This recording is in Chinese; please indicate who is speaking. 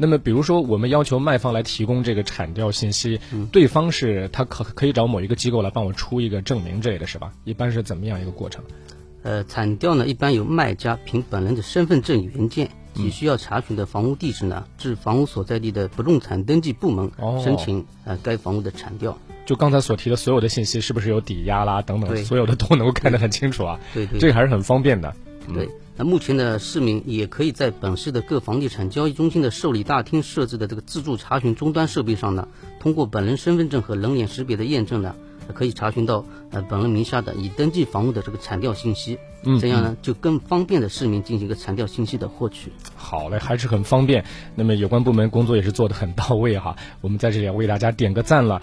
Speaker 1: 那么，比如说我们要求卖方来提供这个产调信息，
Speaker 2: 嗯
Speaker 1: 对方是他可可以找某一个机构来帮我出一个证明之类的是吧？一般是怎么样一个过程？
Speaker 2: 呃，产调呢一般由卖家凭本人的身份证原件及需要查询的房屋地址呢，至房屋所在地的不动产登记部门
Speaker 1: 哦
Speaker 2: 申请呃该房屋的产调。
Speaker 1: 就刚才所提的所有的信息，是不是有抵押啦等等，
Speaker 2: 对
Speaker 1: 所有的都能够看得很清楚啊？
Speaker 2: 对对
Speaker 1: 这个还是很方便的。
Speaker 2: 对，那目前的市民也可以在本市的各房地产交易中心的受理大厅设置的这个自助查询终端设备上呢，通过本人身份证和人脸识别的验证呢，可以查询到呃本人名下的已登记房屋的这个产调信息。嗯，这样呢就更方便的市民进行一个产调信息的获取。
Speaker 1: 好嘞，还是很方便。那么有关部门工作也是做得很到位哈，我们在这里要为大家点个赞了。